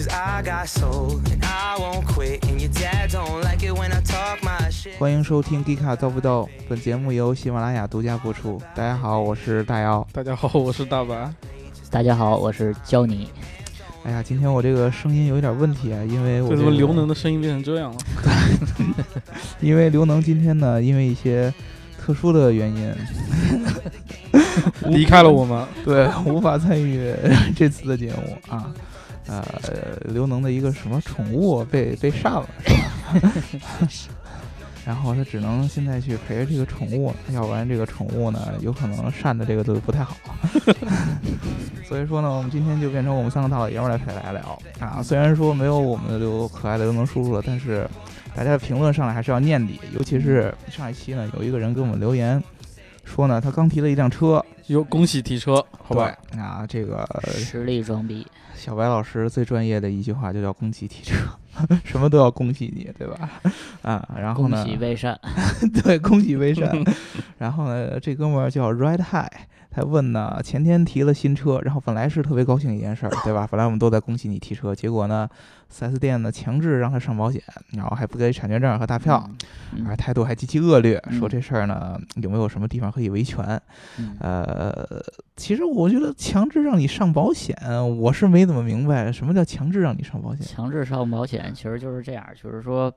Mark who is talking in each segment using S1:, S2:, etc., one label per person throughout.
S1: Cause I got soul and I won't quit. And your dad don't like it when I talk my shit.
S2: 欢迎收听《迪卡造不豆》，本节目由喜马拉雅独家播出。大家好，我是大姚。
S3: 大家好，我是大白。
S4: 大家好，我是焦尼。
S2: 哎呀，今天我这个声音有一点问题啊，因为我
S3: 为什
S2: 这
S3: 么
S2: 个
S3: 刘能的声音变成这样了？
S2: 因为刘能今天呢，因为一些特殊的原因，
S3: 离开了我们，
S2: 对，无法参与这次的节目啊。呃，刘能的一个什么宠物被被杀了，是吧？ 然后他只能现在去陪着这个宠物，要不然这个宠物呢，有可能善的这个就不太好。 所以说呢，我们今天就变成我们三个大老爷们儿来陪大家聊啊。虽然说没有我们的刘可爱的刘能叔叔了，但是大家的评论上来还是要念的，尤其是上一期呢，有一个人给我们留言说呢，他刚提了一辆车，
S3: 有恭喜提车，好吧？
S2: 对啊，这个
S4: 实力装逼，
S2: 小白老师最专业的一句话就叫“恭喜提车”， 什么都要恭喜你，对吧？ 啊，然后
S4: 恭
S2: 呢，
S4: 喜为善。
S2: 对，恭喜为 善。然后呢，这哥们儿叫 Red High，他问呢，前天提了新车，然后本来是特别高兴一件事儿，对吧？本来我们都在恭喜你提车，结果呢，4S 店呢强制让他上保险，然后还不给产权证和大票，
S4: 嗯，
S2: 而态度还极其恶劣，说
S4: 嗯
S2: 这事儿呢有没有什么地方可以维权？
S4: 嗯嗯
S2: 呃，其实我觉得强制让你上保险，我是没怎么明白什么叫强制让你上保险。
S4: 强制上保险其实就是这样，就是说，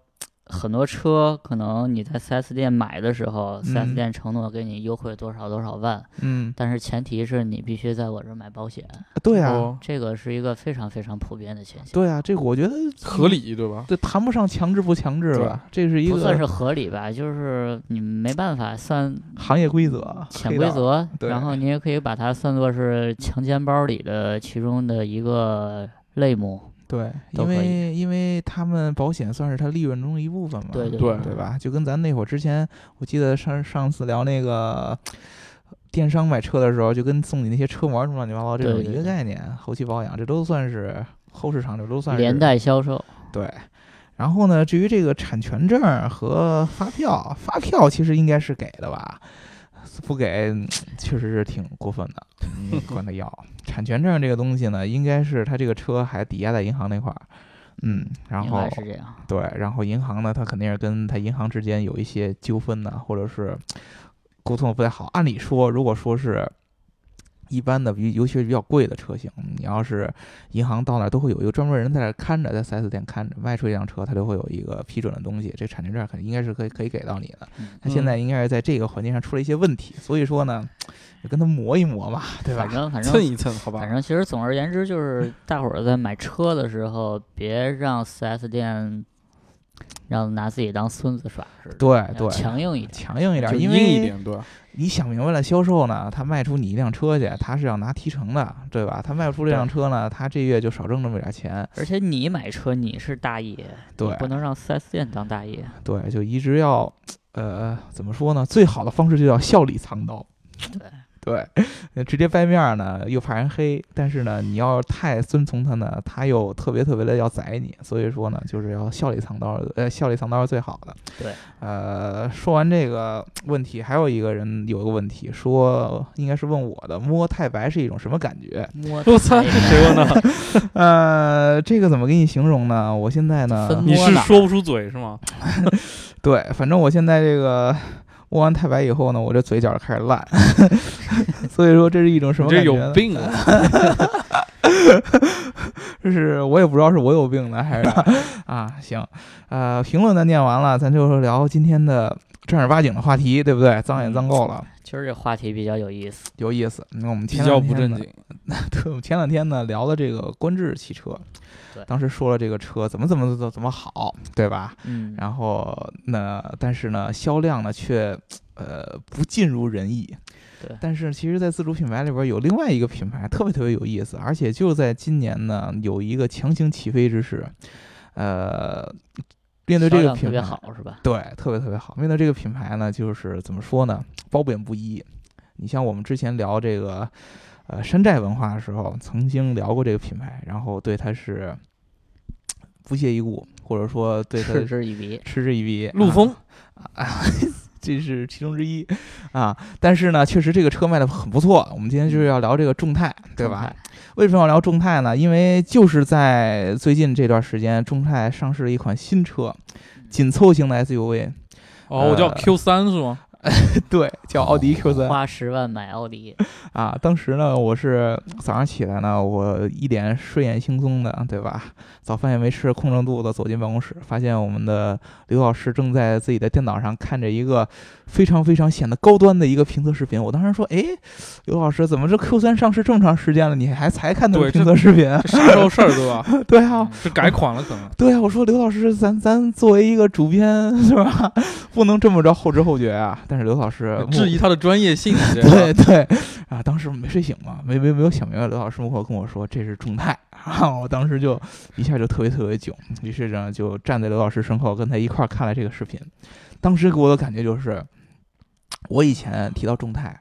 S4: 很多车可能你在 4S 店买的时候
S2: 嗯
S4: ，4S 店承诺给你优惠多少多少万，
S2: 嗯，
S4: 但是前提是你必须在我这儿买保险。
S2: 呃对呀、
S3: 哦
S4: 这个是一个非常非常普遍的现象，
S2: 对呀、啊这个我觉得
S3: 合，理对吧？
S2: 这谈不上强制不强制吧，这是一
S4: 不算
S2: 个
S4: 是合理吧？就是你没办法算
S2: 行业规则，
S4: 潜
S2: 黑
S4: 规
S2: 道。
S4: 则，
S2: 对
S4: 然后你也可以把它算作是强奸包里的其中的一个类目。
S2: 对，
S4: 都
S2: 因
S4: 可以
S2: 为因为他们保险算是他利润中的一部分嘛，
S4: 对对
S3: 对
S2: 对吧？就跟咱那会儿之前，我记得上上次聊那个电商买车的时候，就跟送你那些车模什么乱七八糟这种
S4: 对对
S2: 一个
S4: 对
S2: 概念，后期保养这都算是后市场，这都算是
S4: 连带销售，
S2: 对。然后呢，至于这个产权证儿和发票，发票其实应该是给的吧，不给嗯确实是挺过分的，嗯管他要。产权证这个东西呢，应该是他这个车还抵押在银行那块儿，嗯，然
S4: 应
S2: 后
S4: 该是这样。
S2: 对，然后银行呢，他肯定是跟他银行之间有一些纠纷呢、或者是沟通得不太好。按理说，如果说是一般的，比尤其是比较贵的车型，你要是银行到那儿都会有一个专门人在那儿看着，在 4S 店看着，卖出一辆车，他都会有一个批准的东西，这产权证肯定应该是可以可以给到你的。
S4: 嗯
S2: 他现在应该是在这个环节上出了一些问题，所以说呢，就跟他磨一磨嘛，对吧
S4: 反？正反
S3: 蹭
S4: 正
S3: 一蹭，好吧
S4: 反？正，其实总而言之，就是大伙儿在买车的时候，别让 4S 店让拿自己当孙子耍似的，
S2: 对
S4: 要
S2: 对，
S4: 强硬一点。
S2: 强硬一点，
S3: 就
S2: 因
S3: 硬
S2: 为
S3: 一点，对吧？
S2: 你想明白了，销售呢，他卖出你一辆车去，他是要拿提成的，对吧？他卖不出这辆车呢，他这月就少挣这么点钱，
S4: 而且你买车你是大爷，
S2: 对
S4: 你不能让 4S 店当 大爷。
S2: 对，就一直要，呃，怎么说呢？最好的方式就叫笑里藏刀，
S4: 对，
S2: 对，呃直接掰面儿呢又怕人黑，但是呢，你要太遵从他呢，他又特别特别的要宰你，所以说呢，就是要笑里藏刀，呃，笑里藏刀是最好的。
S4: 对，
S2: 呃，说完这个问题，还有一个人有一个问题，说应该是问我的，摸太白是一种什么感觉？
S4: 摸
S3: 我 操，
S4: 太
S3: 这
S4: 白
S3: 谁问的？
S2: 呃，这个怎么给你形容呢？我现在呢，
S4: 分
S3: 你
S4: 摸
S3: 是
S4: 了
S3: 说不出嘴是吗？
S2: 对，反正我现在这个 摸完太白以后呢，我这嘴角开始烂， 所以说这是一种什
S3: 你
S2: 么
S3: 这
S2: 感觉
S3: 有
S2: 呢？
S3: 病啊！
S2: 就是我也不知道是我有病呢，还 是 啊，行，呃，评论咱念完了，咱就聊今天的正儿八经的话题，对不对？脏也脏够了，
S4: 今儿这话题比较有意思，
S2: 有意思。那我们
S3: 嗯比
S2: 前
S3: 较
S2: 两
S3: 不
S2: 天
S3: 正
S2: 呢，
S3: 经，
S2: 对，我们前两天呢聊的这个观致汽车
S4: 对，
S2: 当时说了这个车怎么怎么怎么怎么好，对吧？
S4: 嗯，
S2: 然后呢，但是呢，销量呢却呃不尽如人意。
S4: 对
S2: 但是其实，在自主品牌里边有另外一个品牌特别特别有意思，而且就在今年呢有一个强行起飞之势。呃，面对这
S4: 销
S2: 个
S4: 量
S2: 品牌
S4: 特别，好是吧？
S2: 对，特别特别好。面对这个品牌呢，就是怎么说呢，褒贬不一。你像我们之前聊这个呃山寨文化的时候，曾经聊过这个品牌，然后对它是不屑一顾，或者说对它
S4: 嗤之以鼻。
S2: 嗤之以鼻。
S3: 陆
S2: 啊
S3: 风，
S2: 这是其中之一啊。但是呢，确实这个车卖的很不错。我们今天就是要聊这个嗯众泰，对吧？？为什么要聊众泰呢？因为就是在最近这段时间，众泰上市了一款新车，紧凑型的 SUV，
S3: 哦，我叫
S2: 呃
S3: Q 三是 吗？
S2: 对，叫奥迪 Q 三。
S4: 花十万买奥迪，
S2: 啊，当时呢，我是早上起来呢，我一脸睡眼惺忪的，对吧？早饭也没吃，空着肚子走进办公室，发现我们的刘老师正在自己的电脑上看着一个非常非常显得高端的一个评测视频。我当时说，诶，刘老师，怎么这 Q 三上市这么长时间了，你还才看那个
S3: 对
S2: 评
S3: 这嗯
S2: 测视频啊？
S3: 这啥时候事儿对 吧？
S2: 对啊，
S3: 是改款了可能。
S2: 对啊，我说刘老师，咱咱作为一个主编 是吧，不能这么着后知后觉啊。但是刘老师
S3: 质疑他的专业性，你这
S2: 对对，啊，当时没睡醒嘛，没没没有想明白，刘老师幕后跟我说这是众泰，啊，我当时就一下就特别特别囧，于是呢就站在刘老师身后，跟他一块儿看了这个视频。当时给我的感觉就是，我以前提到众泰，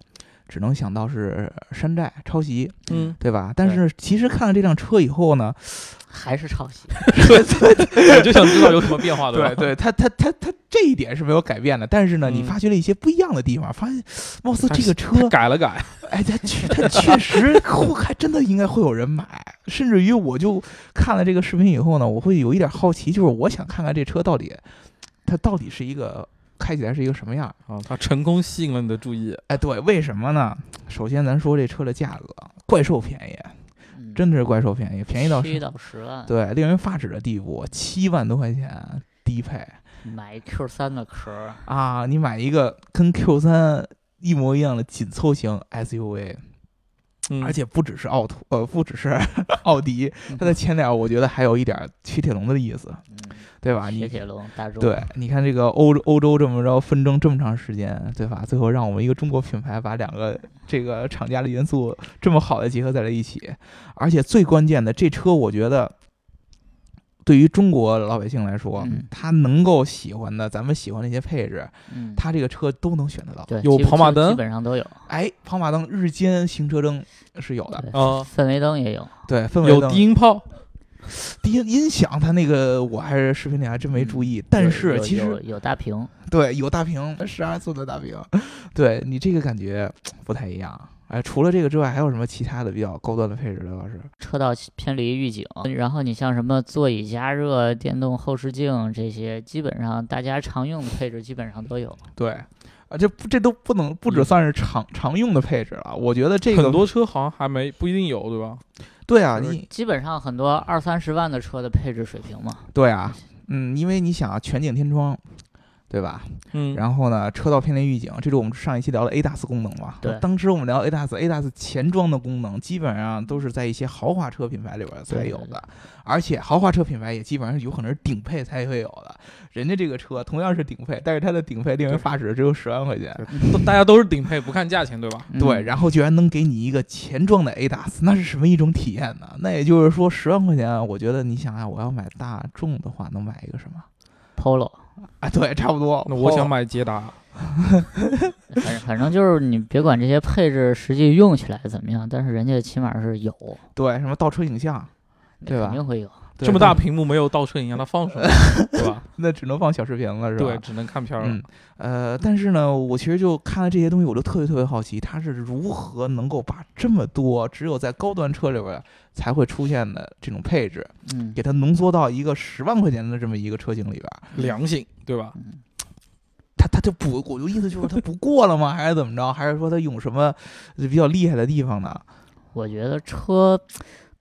S2: 只能想到是山寨抄袭，
S3: 嗯，
S2: 对吧？但
S4: 对
S2: 是其实看了这辆车以后呢，
S4: 还是抄袭？
S3: 我就想知道有什么变化，吧？
S2: 对对，它它它它这一点是没有改变的，但是呢，你
S3: 嗯
S2: 发觉了一些不一样的地方，发现貌似
S3: 它
S2: 这个
S3: 是
S2: 车
S3: 他改了改，
S2: 哎，他确他确实，我还真的应该会有人买。甚至于，我就看了这个视频以后呢，我会有一点好奇，就是我想看看这车到底，它到底是一个开起来是一个什么样儿。
S3: 啊，他成功吸引了你的注意，
S2: 哎，对，为什么呢？首先，咱说这车的价格，怪兽便宜，
S4: 嗯
S2: 真的是怪兽便宜，便宜到
S4: 七
S2: 是
S4: 到十万，
S2: 对令人发指的地步，七万多块钱低配
S4: 买 Q 三的壳儿，
S2: 啊！你买一个跟 Q 三一模一样的紧凑型 SUV，
S3: 嗯
S2: 而且不只是奥拓，呃，不只是 奥迪，它的前脸我觉得还有一点儿雪铁龙的意思，
S4: 嗯，
S2: 对吧？
S4: 雪
S2: 你
S4: 铁龙、大众，
S2: 对，你看这个欧洲欧洲这么着纷争这么长时间，对吧？最后让我们一个中国品牌把两个这个厂家的元素这么好的结合在了一起，而且最关键的，这车我觉得。对于中国老百姓来说
S4: 嗯，
S2: 他能够喜欢的，咱们喜欢的一些配置，
S4: 嗯，
S2: 他这个车都能选得到。
S4: 对
S3: 有
S4: 基本
S3: 跑马
S4: 基本
S3: 灯
S4: 基本上都有，
S2: 哎，跑马灯、日间行车灯是有的，哦
S4: 对
S3: 啊，
S4: 氛围灯也有，
S2: 对，氛围
S3: 有
S2: 灯
S3: 低音炮，
S2: 低音音响，它那个我还是视频里还真
S3: 嗯
S2: 没注意，但
S4: 有
S2: 是
S4: 有
S2: 其
S4: 有
S2: 实
S4: 有大屏，
S2: 对有大屏，十二寸的大屏，对你这个感觉不太一样。哎，除了这个之外，还有什么其他的比较高端的配置？刘老师，
S4: 车道偏离预警，然后你像什么座椅加热、电动后视镜这些，基本上大家常用的配置基本上都有。
S2: 对啊，这不这都不能不只
S3: 嗯
S2: 算是常常用的配置了。我觉得这个
S3: 很多车好像还没不一定有，对吧？
S2: 对啊，
S3: 就是
S2: 你
S4: 基本上很多二三十万的车的配置水平嘛，
S2: 对啊，嗯，因为你想啊，全景天窗，对吧？
S3: 嗯，
S2: 然后呢，车道偏离预警，这是我们上一期聊的 ADAS 功能嘛？
S4: 对
S2: 当时我们聊 ADAS，ADAS 前装的功能基本上都是在一些豪华车品牌里边才有
S4: 对对
S2: 的，而且豪华车品牌也基本上有可能是顶配才会有的。人家这个车同样是顶配，但是它的顶配令人发指，只有十万块钱。
S3: 都嗯大家都是顶配，不看价钱，对吧？
S4: 嗯
S2: 对，然后居然能给你一个前装的 ADAS，那是什么一种体验呢？那也就是说，十万块钱，我觉得你想啊，我要买大众的话，能买一个什么？
S4: Polo，
S2: 啊，对，差不多。
S3: 那我想
S2: 买，
S3: 买捷达，
S4: 反正反正就是你别管这些配置实际用起来怎么样，但是人家起码是有，
S2: 对，什么倒车影像，
S4: 那
S2: 对吧
S4: 肯定会有。
S2: 对
S3: 这么大
S2: 那
S3: 屏幕没有倒车影像，它 放什么？对吧？
S2: 那只能放小视频了，是吧？
S3: 对，只能看片儿了
S2: 嗯。，呃，但是呢，我其实就看了这些东西，我就特别特别好奇，它是如何能够把这么多只有在高端车里边儿才会出现的这种配置，
S4: 嗯
S2: 给它浓缩到一个十万块钱的这么一个车型里边儿，
S3: 良心，对吧？
S4: 嗯，
S2: 它它就不，我就意思就是它不过了吗？还是怎么着？还是说它有什么比较厉害的地方呢？
S4: 我觉得车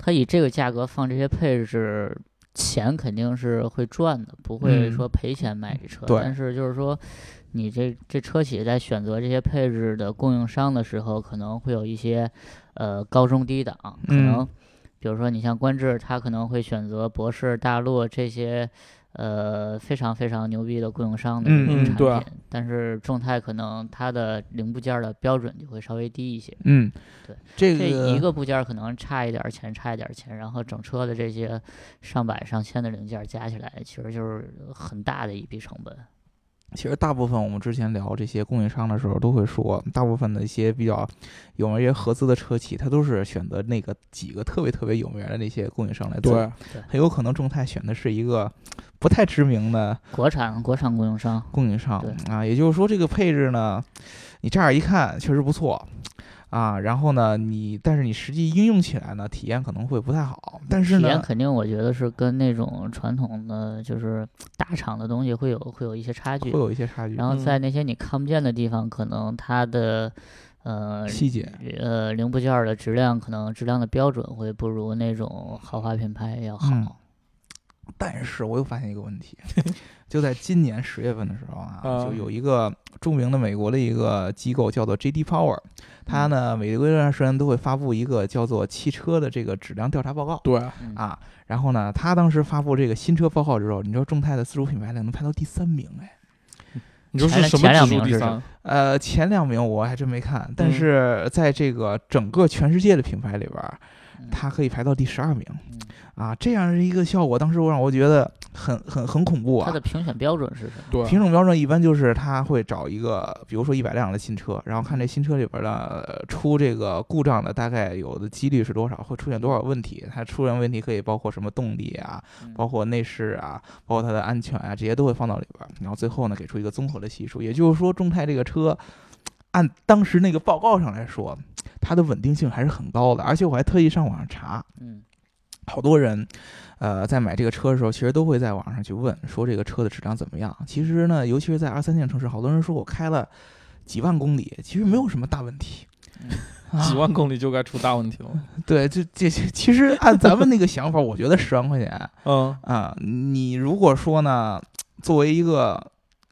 S4: 它以这个价格放这些配置，钱肯定是会赚的，不会
S2: 嗯
S4: 说赔钱买这车。
S2: 对
S4: 但是就是说，你这这车企在选择这些配置的供应商的时候，可能会有一些呃高中低档，可
S2: 嗯
S4: 能、比如说你像观致，它可能会选择博世、大陆这些。呃，非常非常牛逼的供应商的这
S2: 嗯嗯
S4: 种产品，
S3: 对啊
S4: 但是众泰可能它的零部件儿的标准就会稍微低一些。
S2: 嗯，
S4: 对，
S2: 这
S4: 这
S2: 个
S4: 一个部件儿可能差一点儿钱，差一点儿钱，然后整车的这些上百上千的零件儿加起来，其实就是很大的一笔成本。
S2: 其实大部分我们之前聊这些供应商的时候，都会说，大部分的一些比较有名儿一些合资的车企，它都是选择那个几个特别特别有名儿的那些供应商来做，
S3: 对，
S2: 很有可能众泰选的是一个不太知名的
S4: 国产国产供应商，
S2: 供应商
S4: 对
S2: 啊，也就是说这个配置呢，你乍眼一看确实不错啊，然后呢，你但是你实际应用起来呢，体验可能会不太好，但是
S4: 体验
S2: 呢，
S4: 肯定我觉得是跟那种传统的就是大厂的东西会有会有一些差距
S2: 会，有一些差距
S4: 然。后
S3: 嗯
S4: 在那些你看不见的地方，可能它的呃
S2: 细节，
S4: 呃零部件儿的质量，可能质量的标准会不如那种豪华品牌要好。
S2: 嗯但是我又发现一个问题， 就在今年十月份的时候啊，
S3: 啊
S2: 就有一个著名的美国的一个机构叫做 JD Power，它
S4: 嗯
S2: 呢每隔一段时间都会发布一个叫做汽车的这个质量调查报告。
S3: 对，
S4: 嗯，
S2: 啊，然后呢，他当时发布这个新车报告之后，你知道众泰的自主品牌能排到第三名哎，
S3: 你说
S4: 前
S3: 是什么
S4: 前两
S3: 指数
S4: 名
S3: 第
S4: 是
S3: 三？
S2: 呃，前两名我还真没看，但
S3: 嗯
S2: 是在这个整个全世界的品牌里边儿，
S4: 嗯
S2: 它可以排到第十二名
S4: 嗯
S2: 啊，这样的一个效果，当时我让我觉得很很很恐怖
S4: 它
S2: 啊
S4: 的。评选标准是什么？
S3: 对，啊
S2: 品种标准一般就是他会找一个，比如说一百辆的新车，然后看这新车里边的呃出这个故障的大概有的几率是多少，会出现多少问题。它出现问题可以包括什么动力啊，
S4: 嗯
S2: 包括内饰啊，包括它的安全啊，这些都会放到里边儿。然后最后呢，给出一个综合的系数。也就是说，众泰这个车，按当时那个报告上来说，它的稳定性还是很高的。而且我还特意上网上查，
S4: 嗯，
S2: 好多人，呃，在买这个车的时候，其实都会在网上去问说这个车的质量怎么样。其实呢，尤其是在二三线城市，好多人说我开了几万公里，其实没有什么大问题。 啊
S3: 几万公里就该出大问 题了。
S2: 对，这这这其实按咱们那个想法，我觉得十万块钱。
S3: 嗯，
S2: 啊，你如果说呢，作为一个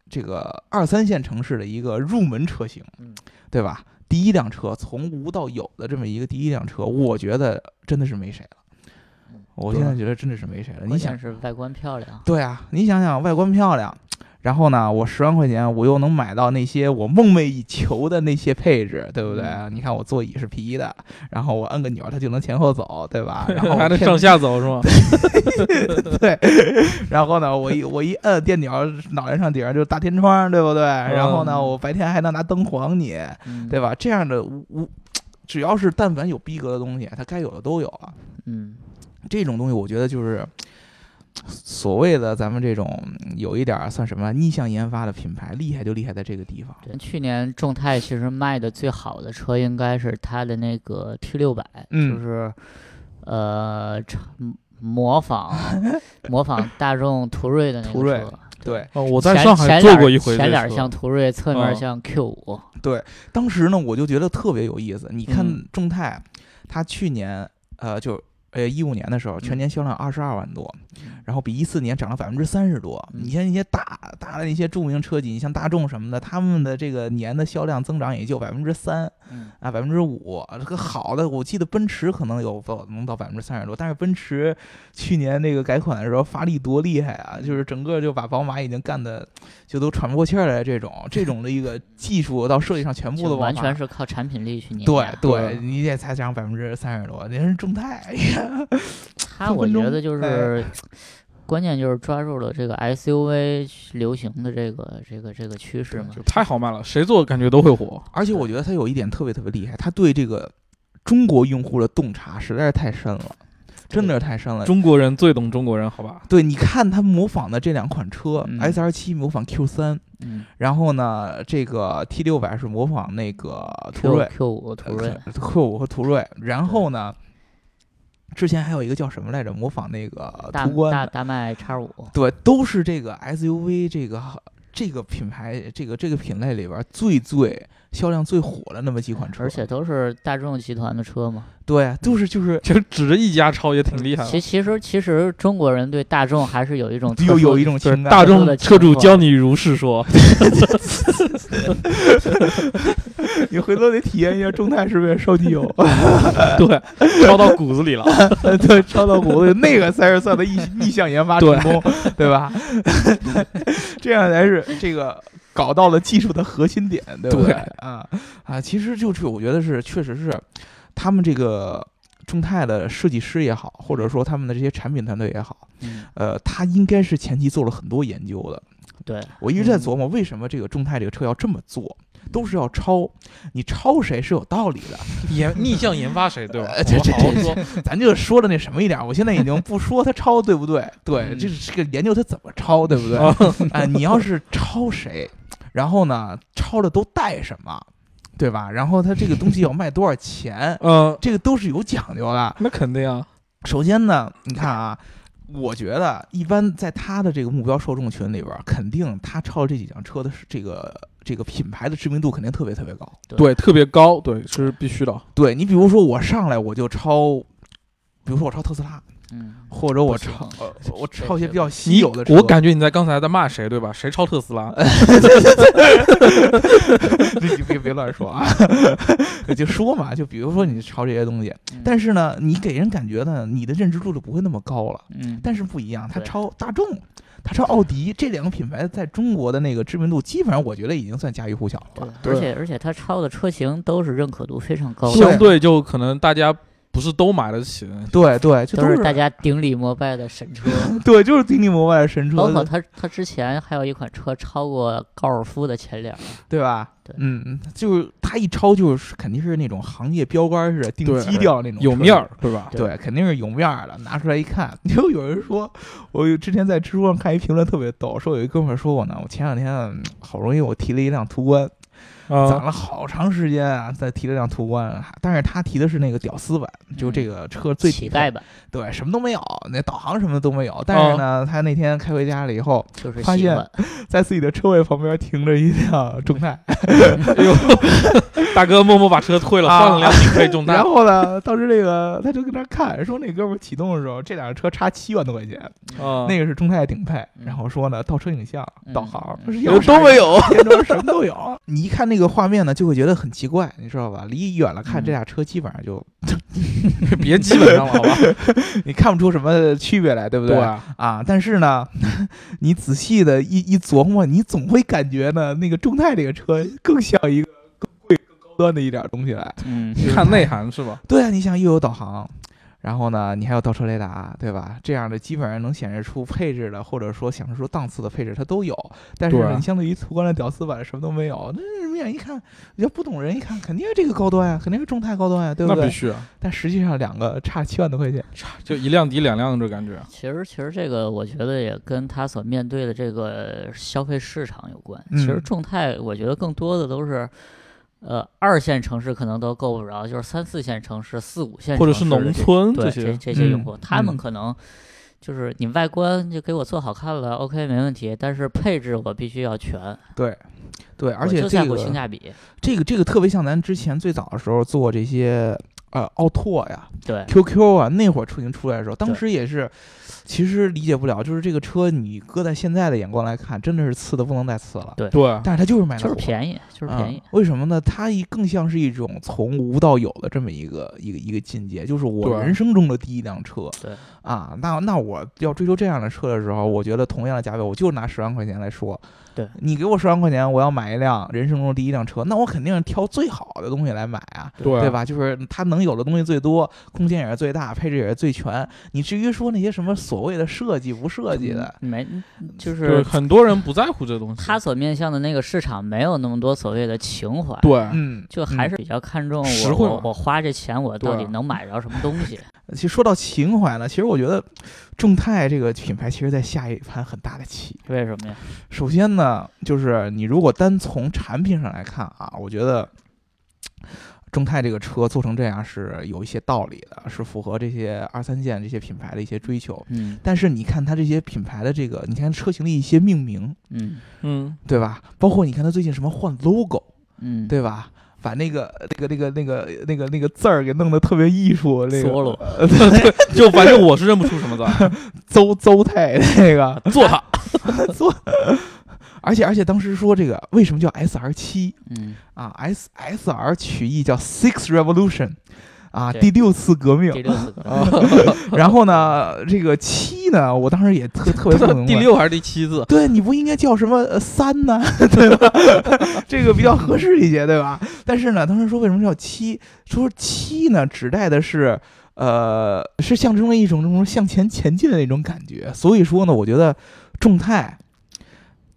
S2: 这个二三线城市的一个入门车型，
S4: 嗯
S2: 对吧？第一辆车从无到有的这么一个第一辆车，我觉得真的是没谁了
S4: 嗯。
S2: 我现在觉得真的是没谁了。你
S4: 关键
S2: 想，
S4: 是外观漂亮，
S2: 对啊，你想想外观漂亮，然后呢，我十万块钱我又能买到那些我梦寐以求的那些配置，对不对？
S3: 嗯
S2: 你看我座椅是皮的，然后我摁个钮儿它就能前后走，对 吧？然后我
S3: 还能
S2: 天
S3: 上下走是吗？
S2: 然后呢，我一我一摁电鸟，脑袋上顶上就是大天窗，对不对？
S3: 嗯
S2: 然后呢，我白天还能拿灯晃你，
S4: 嗯
S2: 对吧？这样的无无，只要是但凡有逼格的东西，它该有的都有了。
S4: 嗯，
S2: 这种东西，我觉得就是所谓的咱们这种有一点儿算什么逆向研发的品牌，厉害就厉害在这个地方。
S4: 对，去年众泰其实卖的最好的车应该是它的那个 T 六百，
S2: 嗯
S4: 就是呃成模 仿模仿大众途锐的那
S2: 途
S4: 个
S2: 锐
S4: 车。
S2: 对，
S3: 哦，我
S4: 前
S3: 在上海
S4: 前
S3: 坐
S4: 脸
S3: 过一回这
S4: 前
S3: 车，
S4: 脸像途锐，侧面
S3: 嗯
S4: 像 Q 五、
S2: 当时呢，我就觉得特别有意思。你看
S3: 嗯
S2: 众泰，它去年呃就呃一五年的时候，全年销量二十二万多，然后比一四年涨了百分之三十多。
S4: 嗯
S2: 你像一些大大的那些著名车企，你像大众什么的，他们的这个年的销量增长也就百分之三
S4: 嗯
S2: 啊，百分之五。这个好的，我记得奔驰可能有到能到百分之三十多，但是奔驰去年那个改款的时候发力多厉害啊，就是整个就把宝马已经干的就都喘不过气儿来，这种这种的一个技术到设计上全部
S4: 就
S2: 都
S4: 完
S2: 爆发
S4: 全是啊靠产品力去碾
S2: 对
S4: 压。
S2: 对，
S3: 对
S2: 你也才涨百分之三十多，您是众泰，哎呀
S4: 它
S2: 分
S4: 我
S2: 分
S4: 觉
S2: 钟
S4: 得
S3: 哎
S4: 就是。关键就是抓住了这个 SUV 流行的这个这个这个趋势嘛，
S3: 太好卖了，谁做感觉都会火。
S2: 而且我觉得他有一点特别特别厉害，他对这个中国用户的洞察实在是太深了，真的是太深了。
S3: 中国人最懂中国人，好吧？
S2: 对，你看他模仿的这两款车、
S4: 嗯
S2: s R 七模仿 Q 三，
S4: 嗯
S2: 然后呢，这个 T 六百是模仿那个途
S4: ，Q
S2: 锐、
S4: Q 五途锐，
S2: Q 五和途锐，然后呢，之前还有一个叫什么来着，模仿那个
S4: 大
S2: 途观
S4: 大
S2: 的
S4: 大迈叉五，
S2: 对，都是这个 SUV 这个这个品牌这个这个品类里边儿最最销量最火的那么几款车，
S4: 而且都是大众集团的车嘛。
S2: 对，就是 就是
S3: 就指着一家抄也挺厉害的。
S4: 其其实其实中国人对大众还是有一种特
S2: 又有
S4: 殊
S2: 一种
S3: 对
S2: 情，感。
S3: 大
S4: 特殊
S3: 众
S4: 的
S3: 车主
S4: 情况
S3: 教你如是说，
S2: 你回头得体验一下众泰是不是烧机油，
S3: 对，抄到骨子里了。
S2: 对，烧到骨子，那个才是算他逆逆向研发成功，对吧？ 这样才是这个搞到了技术的核心点，对不
S3: 对
S2: 啊啊，其实就是我觉得是，确实是他们这个众泰的设计师也好，或者说他们的这些产品团队也好。
S4: 嗯
S2: 呃，他应该是前期做了很多研究的，
S4: 对，
S2: 我一直在琢磨，为什么这个众泰这个车要这么做，都是要抄，你抄谁是有道理的。
S3: 研逆向研发谁对吧？
S2: 呃这
S3: 我
S2: 这
S3: 好好
S2: 这
S3: 说，
S2: 咱就说的那什么一点，我现在已经不说他抄对不对，对，
S3: 嗯，
S2: 这是这个研究他怎么抄，对不对？啊、你要是抄谁，然后呢，抄的都带什么，对吧？然后他这个东西要卖多少钱
S3: 嗯，
S2: 这个都是有讲究的。
S3: 那肯定啊，
S2: 首先呢，你看啊，我觉得一般在他的这个目标受众群里边儿，肯定他抄这几辆车的是这个这个品牌的知名度肯定特别特别高。
S3: 对，特别高，对，是必须的。
S2: 对你比如说我上来我就抄，比如说我抄特斯拉，
S4: 嗯，
S2: 或者我
S3: 不行
S2: 抄呃
S4: 这
S2: 我
S4: 这
S2: 抄一些
S4: 这
S2: 比较稀有的车，
S3: 我感觉你在刚才在骂谁对吧？谁抄特斯拉？
S2: 你别别乱说 啊，就说嘛，就比如说你抄这些东西，但
S4: 是
S2: 是呢，你给人感觉呢，你的认知度就不会那么高了。
S4: 嗯，
S2: 但是不一样，他
S4: 对
S2: 超大众，他超奥迪这两个品牌在中国的那个知名度，基本上我觉得已经算家喻户晓了吧。
S4: 对，而且而且他抄的车型都是认可度非常高的，
S3: 嗯相对嗯就可能大家不是都买得起的。
S2: 对对，就
S4: 都
S2: 都
S4: 是大家顶礼膜拜的神 车，
S2: 对，就是顶顶膜拜的神
S4: 包括
S2: 车，
S4: 他他之前还有一款车超过高尔夫的前脸儿，
S2: 对吧？
S4: 对
S2: 嗯，就是他一抄就是肯定是那种行业标杆似的，定
S3: 对
S2: 基调那种，
S3: 有面儿。，对吧？
S4: 对
S2: 对，肯定是有面儿的。拿出来一看， 就有人说，我有之前在知乎上看一评论特别逗，说有一哥们儿说我呢，我前两天嗯好容易我提了一辆途观，攒
S3: 啊，
S2: 了好长时间啊，再提了辆途观，啊但是他提的是那个屌丝版，就这个车最
S4: 嗯乞丐，版
S2: 对，什么都没有，那导航什么都没有。但是
S4: 哦
S2: 呢，他那天开回家了以后，
S4: 就是
S2: 发
S4: 喜
S2: 现
S4: 欢，
S2: 在自己的车位旁边停着一 辆众泰，
S3: 哎呦，大哥默默把车退了，
S2: 啊
S3: 换了辆顶配重
S2: 然
S3: 大。
S2: 后呢，当时这个他就跟那儿看，说那哥们儿启动的时候，这辆车差七万多块钱，
S3: 啊，
S2: 那个是众泰顶配，
S4: 嗯
S2: 然后说呢，倒车影像、
S4: 嗯
S2: 导航
S4: 嗯
S2: 是
S3: 有
S2: 要
S3: 都没有，
S2: 天窗什么都有。你一看那个画面呢，就会觉得很奇怪，你知道吧？离远了看，
S4: 嗯
S2: 这俩车基本上就
S3: 别基本上了， 好吧？
S2: 你看不出什么区别来，对不对？
S3: 啊，
S2: 啊，但是呢， 你仔细的一一琢磨，你总会感觉呢，那个众泰这个车更像一个更贵、更高端的一点东西来。
S4: 嗯，
S3: 看内涵是吧？
S2: 对啊，你想又有导航，然后呢，你还有倒车雷达，对吧？这样的基本上能显示出配置的，或者说显示出档次的配置，它都有。但是
S3: 对
S2: 呢
S3: 啊
S2: 你相对于途观的屌丝版什么都没有，那人眼一看，要不懂人一看，肯定是这个高端呀、肯定是众泰高端呀、对不
S3: 那必
S2: 对？
S3: 须啊，
S2: 但实际上两个差七万多块钱，
S3: 就一辆抵两辆这感觉。
S4: 其实，其实这个我觉得也跟他所面对的这个消费市场有关。
S2: 嗯
S4: 其实众泰，我觉得更多的都是，呃，二线城市可能都够不着，就是三四线城市、四五线
S3: 或者哎
S4: 城
S3: 是
S4: 市的
S3: 农
S4: 这
S3: 村
S4: 对
S3: 些
S4: 这，些用
S2: 嗯
S4: 户，他们
S2: 嗯
S4: 可能就是你外观就给我做好看了，OK 没问题，但是配置我必须要全，
S2: 对。对，而
S4: 我
S2: 且
S4: 就
S2: 这
S4: 在乎
S2: 个
S4: 性价比。
S2: 这个这个特别像咱之前最早的时候做这些呃奥拓呀、
S4: 对
S2: QQ 啊，那会儿出行出来的时候，当
S4: 对
S2: 时也是，其实理解不了，就是这个车你搁在现在的眼光来看，真的是次的不能再次了。
S3: 对，啊
S2: 但是它就是卖得
S4: 就是
S2: 火
S4: 便宜，就是便宜
S2: 嗯。为什么呢？它一更像是一种从无到有的这么一个一个一个境界，就是
S3: 对
S2: 我人生中的第一辆车。
S4: 对
S2: 啊，那那我要追求这样的车的时候，我觉得同样的价位，我就拿十万块钱来说，
S4: 对
S2: 你给我十万块钱，我要买一辆人生中第一辆车，那我肯定是挑最好的东西来买啊。
S3: 对
S2: 对？吧？就是它能有的东西最多，空间也是最大，配置也是最全。你至于说那些什么所谓的设计不设计的，嗯
S4: 没，就
S3: 对，
S4: 是
S3: 很多人不在乎这东西。
S4: 他所面向的那个市场没有那么多所谓的情怀。
S3: 对，
S2: 嗯，
S4: 就还
S2: 嗯
S4: 是比较看重我
S3: 实惠
S4: 我
S3: 嘛
S4: 我花这钱我到
S3: 对
S4: 底
S2: 啊
S4: 能买着什么东 西？
S2: 嗯其实说到情怀呢，其实我觉得众泰这个品牌其实在下一盘很大的棋。
S4: 为什么呀？
S2: 首先呢，就是你如果单从产品上来看啊，我觉得众泰这个车做成这样是有一些道理的，是符合这些二三线这些品牌的一些追求。
S4: 嗯
S2: 但是你看它这些品牌的这个，你看车型的一些命名，
S4: 嗯
S3: 嗯，
S2: 对吧？包括你看它最近什么换 logo，
S4: 嗯，
S2: 对吧？把那个那个那个那个那个那个字儿给弄得特别艺术，那个
S4: Solo
S3: 就反正我是认不出什么字儿，
S2: 邹邹泰那个
S3: 做它。
S2: 做，而且而且当时说这个为什么叫 S R 七
S4: 嗯，
S2: 啊？S S R 取意叫 Six Revolution 啊，
S4: 对
S2: 第六次革
S4: 第
S2: 命。
S4: 六次可 能，
S2: 然后呢，这个七呢，我当时也 特特别不明白
S3: 第。六还是第七字？
S2: 对你不应该叫什么呃三呢，对吧？这个比较合适一些，对吧？但是呢，当时说为什么叫七？说七呢，指代的是呃，是象征了一种这种向前前进的那种感觉。所以说呢，我觉得众泰。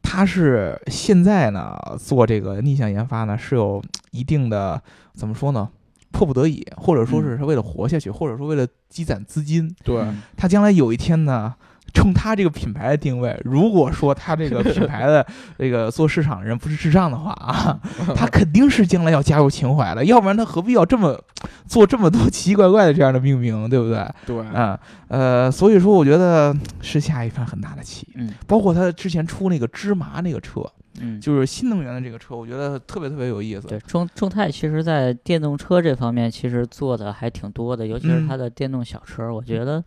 S2: 它是现在呢做这个逆向研发呢是有一定的怎么说呢？迫不得已，或者说是是为了活下去，或者说为了积攒资金，
S3: 对
S4: 嗯
S2: 它将来有一天呢。冲它这个品牌的定位，如果说它这个品牌的 这个做市场的人不是智障的话啊， 它肯定是将来要加入情怀的，要不然它何必要这么做这么多奇奇怪怪的这样的命名，对不对？
S3: 对，
S2: 啊，呃，所以说我觉得是下一盘很大的棋。
S4: 嗯
S2: 包括他之前出那个芝麻那个车，
S4: 嗯，
S2: 就是新能源的这个车，我觉得特别特别有意思。
S4: 对，众众泰其实，在电动车这方面，其实做的还挺多的，尤其是它
S2: 嗯
S4: 的电动小车，我觉得，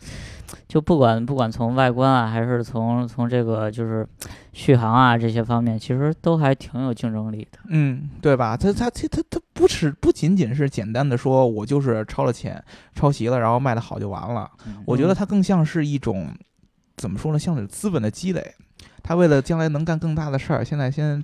S4: 就不管不管从外观啊，还是从从这个就是续航啊这些方面，其实都还挺有竞争力的。
S2: 嗯，对吧？他他他他他不是不仅仅是简单的说我就是超了钱、抄袭了，然后卖的好就完了。
S4: 嗯
S2: 我觉得它更像是一种怎么说呢，像是资本的积累。他为了将来能干更大的事儿，现在先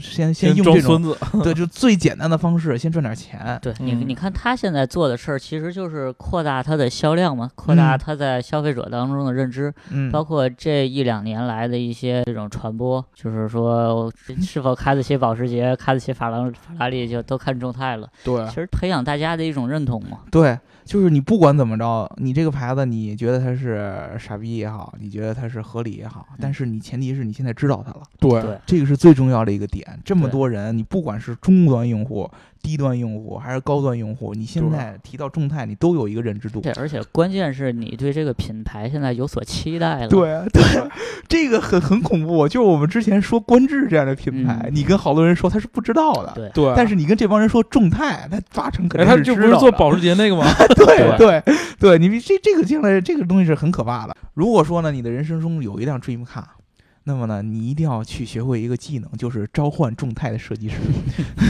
S2: 先先用
S3: 装
S2: 这种
S3: 孙子，
S2: 对，就最简单的方式先赚点钱。
S4: 对你，
S3: 嗯
S4: 你看他现在做的事儿，其实就是扩大它的销量嘛，扩大
S2: 嗯
S4: 它在消费者当中的认知，
S2: 嗯，
S4: 包括这一两年来的一些这种传播，就是说是否开得起保时捷，开得起法兰法拉利，就都看众泰了。
S3: 对
S4: 其实培养大家的一种认同嘛。
S2: 对，就是你不管怎么着，你这个牌子，你觉得它是傻逼也好，你觉得它是合理也好，但是你前提是你现在知道它了，
S3: 对
S4: 对
S2: 这个是最重要的一个点。这么
S4: 对
S2: 多人，你不管是终端用户、低端用户还是高端用户，你现
S3: 对
S2: 在提到众泰，你都有一个认知度。
S4: 对，而且关键是你对这个品牌现在有所期待了。，
S2: 对啊对，这个很很恐怖。就是我们之前说观致这样的品牌，
S4: 嗯
S2: 你跟好多人说他是不知道的，
S4: 对
S3: 对，
S2: 但是你跟这帮人说众泰，他八成肯
S3: 哎，
S2: 定
S3: 他
S2: 是
S3: 这
S2: 知
S3: 不是
S2: 道
S3: 做
S2: 的
S3: 保时捷那个吗？
S2: 对
S3: 对
S2: 对对，你这这个将来这个东西是很可怕的。如果说呢，你的人生中有一辆 dream car，那么呢，你一定要去学会一个技能，就是召唤众泰的设计师，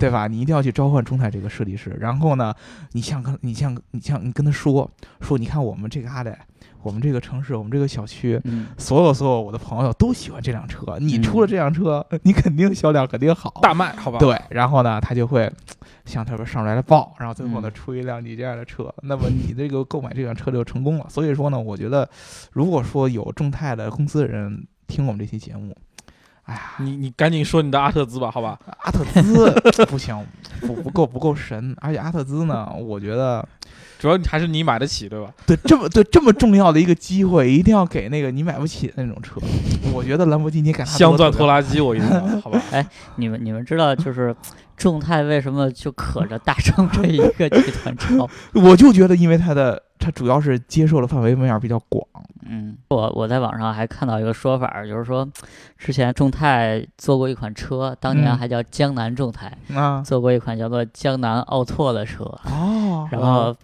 S2: 对吧？你一定要去召唤众泰这个设计师，然后呢，你像跟你像你像你跟他说说，你看我们这个阿呆，我们这个城市，我们这个小区。
S4: 嗯，
S2: 所有所有我的朋友都喜欢这辆车，你出了这辆车， 你肯定销量肯定好，
S3: 大卖，好吧？
S2: 对，然后呢，他就会向他们上来的报，然后最后呢
S4: 嗯
S2: 出一辆你这样的车， 那么你这个购买这辆车就成功了。所以说呢，我觉得如果说有众泰的公司的人听我们这期节目，哎呀，
S3: 你你赶紧说你的阿特兹吧，好吧？
S2: 阿特 兹不行，不不够不够神，而且阿特兹呢，我觉得
S3: 主要你还是你买得起，对吧？
S2: 对这么对这么重要的一个机会，一定要给那个你买不起的那种车。我觉得兰博基尼改它
S3: 镶钻拖拉机，我跟你讲，好吧？
S4: 你们你们知道就是 众泰为什么就可着大众这一个集团超？
S2: 我就觉得因为它的它主要是接受的范围面儿比较广，
S4: 嗯，我我在网上还看到一个说法儿，就是说之前众泰做过一款车，当年
S2: 嗯
S4: 还叫江南众泰，
S2: 啊
S4: 做过一款叫做江南奥拓的车，
S2: 哦，
S4: 然后。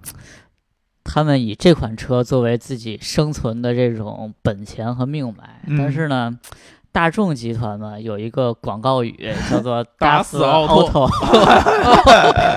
S4: 他们以这款车作为自己生存的这种本钱和命脉，
S2: 嗯
S4: 但是呢，大众集团呢有一个广告语叫做“
S3: 打
S4: 打
S3: 死
S4: 死
S3: 奥
S4: 奥
S3: 拓
S4: 拓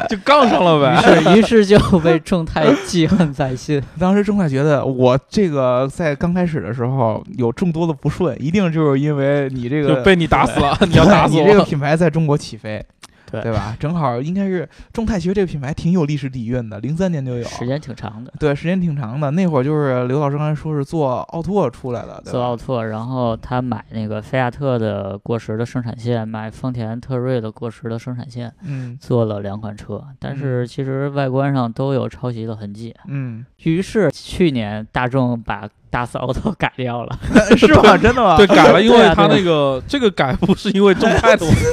S3: 就杠上了”，呗。
S4: 于是于是就被众泰记恨在心。
S2: 当时郑快觉得，我这个在刚开始的时候有众多的不顺，一定就是因为你这
S3: 就
S2: 个
S3: 被你打死了，你要打死
S2: 你这个
S3: 我，
S2: 品牌在中国起飞，
S4: 对
S2: 对吧？正好应该是众泰学这个品牌挺有历史底蕴的，零三年就有，
S4: 时间挺长的，
S2: 对，时间挺长的。那会儿就是刘老师刚才说是做奥拓出来的，对
S4: 做
S2: 吧
S4: 奥拓，然后他买那个菲亚特的过时的生产线，买丰田特锐的过时的生产线，
S2: 嗯
S4: 做了两款车，但是其实外观上都有抄袭的痕迹。
S2: 嗯，
S4: 于是去年大众把大四奥拓改掉 了，
S2: 是吧？真的吗？
S3: 对，改了，因为
S4: 对啊
S3: 他
S4: 对啊
S3: 那个这个改不是因为众泰的问题，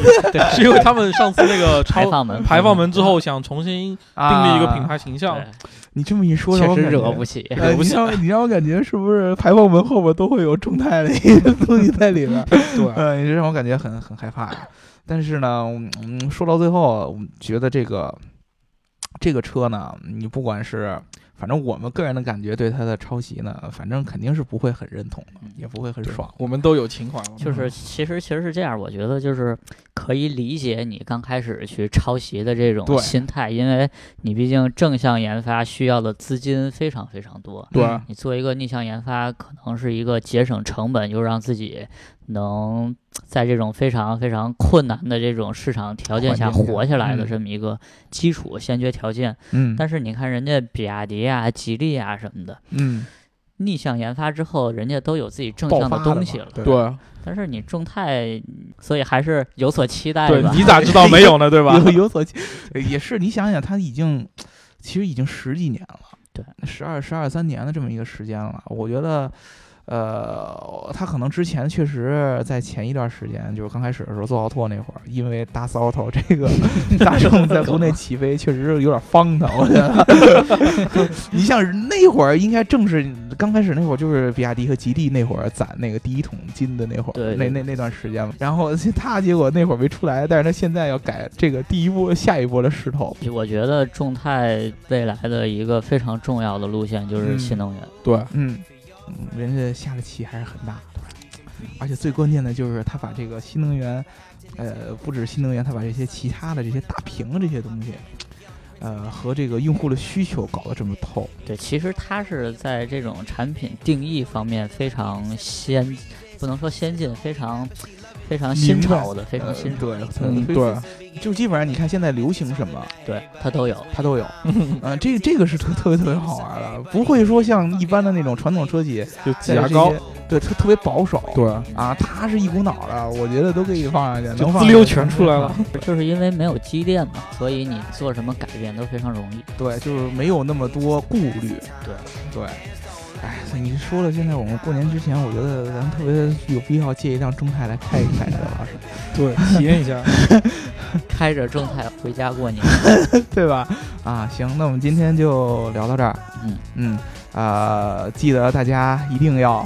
S3: 是因为他们上次那个
S4: 排
S3: 超
S4: 放门
S3: 排放门之后，想重新订立一个品牌形象，
S4: 对
S2: 啊你这么一说，让
S4: 确
S2: 我
S4: 实
S2: 感
S4: 惹
S2: 觉
S4: 不起。
S2: 呃
S3: 惹哎不
S2: 你
S3: 起
S2: 让你让我感觉是不是排放门后边都会有众泰的一个 东西在里边？
S3: 对，
S2: 呃，也是让我感觉很很害怕呀。但是呢，嗯，说到最后，我们觉得这个这个车呢，你不管是，反正我们个人的感觉对它的抄袭呢，反正肯定是不会很认同的，嗯也不会很爽。
S3: 我们都有情怀了，
S4: 就是其实其实是这样，我觉得就是可以理解你刚开始去抄袭的这
S2: 对
S4: 种心态，因为你毕竟正向研发需要的资金非常非常多，
S3: 对
S2: 嗯
S4: 你做一个逆向研发，可能是一个节省成本，又让自己能在这种非常非常困难的这种市场条件下
S2: 环境下
S4: 活下来的
S2: 嗯
S4: 这么一个基础先决条件。
S2: 嗯
S4: 但是你看人家比亚迪啊、吉利啊什么的，
S2: 嗯
S4: 逆向研发之后，人家都有自己正
S2: 爆
S4: 向的
S2: 发
S4: 东西
S2: 了
S4: 了
S2: 嘛。，对
S3: 对
S4: 但是你众泰，所以还是有所期待
S3: 对
S4: 吧，。
S3: 你咋知道 没有呢？对吧？
S2: 有有 所期，也是你想想，他已经其实已经十几年了，
S4: 对，
S2: 十二十二三年的这么一个时间了。我觉得，呃，他可能之前确实在前一段时间，就是刚开始的时候做奥拓那会儿，因为大 Auto 这 个大众在国内起飞，确实是有点方的。我觉得， 你像那会儿应该正是刚开始那会儿，就是比亚迪和吉利那会儿攒那个第一桶金的那会儿，
S4: 对
S2: 那
S4: 对
S2: 那那段时间嘛。然后他结果那会儿没出来，但是他现在要改这个第一波下一波的势头。
S4: 我觉得众泰未来的一个非常重要的路线就是
S2: 嗯
S4: 新能源。
S3: 对，
S2: 嗯，嗯人家下的棋还是很大的，而且最关键的就是他把这个新能源，呃，不止新能源，他把这些其他的这些大屏的这些东西，呃，和这个用户的需求搞得这么透。
S4: 对，其实它是在这种产品定义方面非常先，不能说先进，非常非常新
S2: 明白
S4: 潮的，非常新
S2: 呃
S4: 潮。
S2: 对，
S3: 嗯
S2: 推
S3: 对，
S2: 就基本上你看现在流行什么，
S4: 对，它都有。
S2: 它都有。嗯、这这个是特特别特别好玩的，不会说像一般的那种传统车企
S3: 就
S2: 在
S3: 挤牙
S2: 这
S3: 膏
S2: 些，，对，特特别保守。
S3: 对，
S2: 啊，它是一股脑儿的，我觉得都可以放上去，
S3: 就
S2: 能放
S3: 自溜
S2: 上去
S3: 全出来了。
S4: 就是因为没有积淀嘛，所以你做什么改变都非常容易。
S2: 对，就是没有那么多顾虑。
S4: 对
S2: 对，哎，所以你说了，现在我们过年之前，我觉得咱们特别有必要借一辆众泰来开一开，对吧？
S3: 对，体验一下。
S4: 开着众泰回家 过年，
S2: 对吧？啊，行，那我们今天就聊到这儿。
S4: 嗯
S2: 嗯，呃，记得大家一定要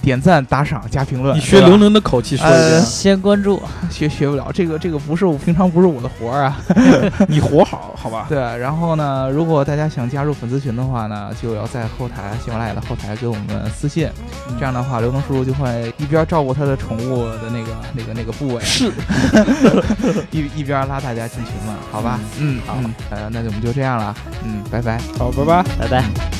S2: 点赞、打赏、加评论。
S3: 你学
S2: 对吧
S3: 刘能的口气说一遍，
S4: 先关注，
S2: 学学不了，这个这个不是我平常不是我的活儿啊。
S3: 呃 你活好好吧？
S2: 对，然后呢，如果大家想加入粉丝群的话呢，就要在后台喜马拉雅的后台给我们私信。
S4: 嗯
S2: 这样的话，刘能叔叔就会一边照顾他的宠物的那个那个那个部位，
S3: 是，
S2: 一一边拉大家进群了，好吧？嗯，
S4: 好
S2: 嗯，呃，那就我们就这样了，嗯，拜拜。
S3: 好，拜拜。
S4: 拜拜。